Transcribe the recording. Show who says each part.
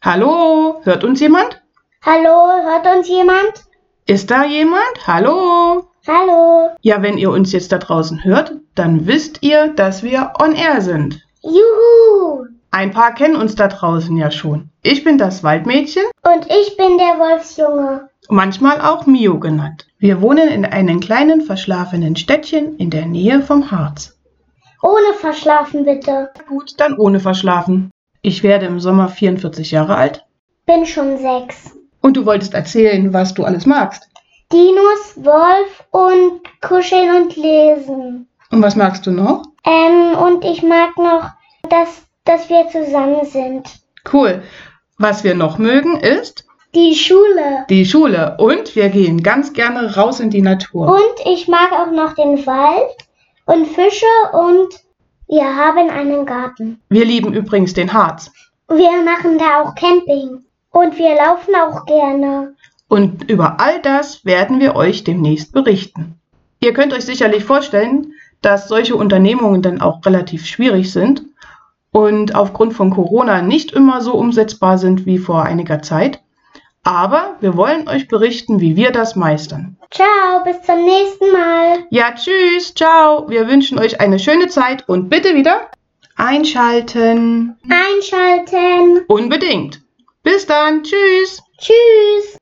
Speaker 1: Hallo, hört uns jemand?
Speaker 2: Hallo, hört uns jemand?
Speaker 1: Ist da jemand? Hallo?
Speaker 2: Hallo.
Speaker 1: Ja, wenn ihr uns jetzt da draußen hört, dann wisst ihr, dass wir on air sind.
Speaker 2: Juhu.
Speaker 1: Ein paar kennen uns da draußen ja schon. Ich bin das Waldmädchen,
Speaker 2: Und ich bin der Wolfsjunge.
Speaker 1: manchmal auch Mio genannt. Wir wohnen in einem kleinen verschlafenen Städtchen in der Nähe vom Harz.
Speaker 2: Ohne verschlafen bitte.
Speaker 1: Na Gut, dann ohne verschlafen. Ich werde im Sommer 44 Jahre alt.
Speaker 2: Bin schon sechs.
Speaker 1: Und du wolltest erzählen, was du alles magst.
Speaker 2: Dinos, Wolf und kuscheln und lesen.
Speaker 1: Und was magst du noch?
Speaker 2: Ähm, und ich mag noch, dass, dass wir zusammen sind.
Speaker 1: Cool. Was wir noch mögen ist
Speaker 2: Die Schule.
Speaker 1: die Schule und wir gehen ganz gerne raus in die Natur.
Speaker 2: Und ich mag auch noch den Wald und Fische und wir haben einen Garten.
Speaker 1: Wir lieben übrigens den Harz
Speaker 2: Wir machen da auch Camping. Und wir laufen auch gerne.
Speaker 1: und über all das werden wir euch demnächst berichten. Ihr könnt euch sicherlich vorstellen, dass solche Unternehmungen dann auch relativ schwierig sind und aufgrund von Corona nicht immer so umsetzbar sind wie vor einiger Zeit. Aber wir wollen euch berichten, wie wir das meistern.
Speaker 2: Ciao, bis zum nächsten Mal.
Speaker 1: Ja, tschüss, ciao. Wir wünschen euch eine schöne Zeit und bitte wieder einschalten.
Speaker 2: Einschalten.
Speaker 1: Unbedingt. Bis dann, tschüss.
Speaker 2: Tschüss.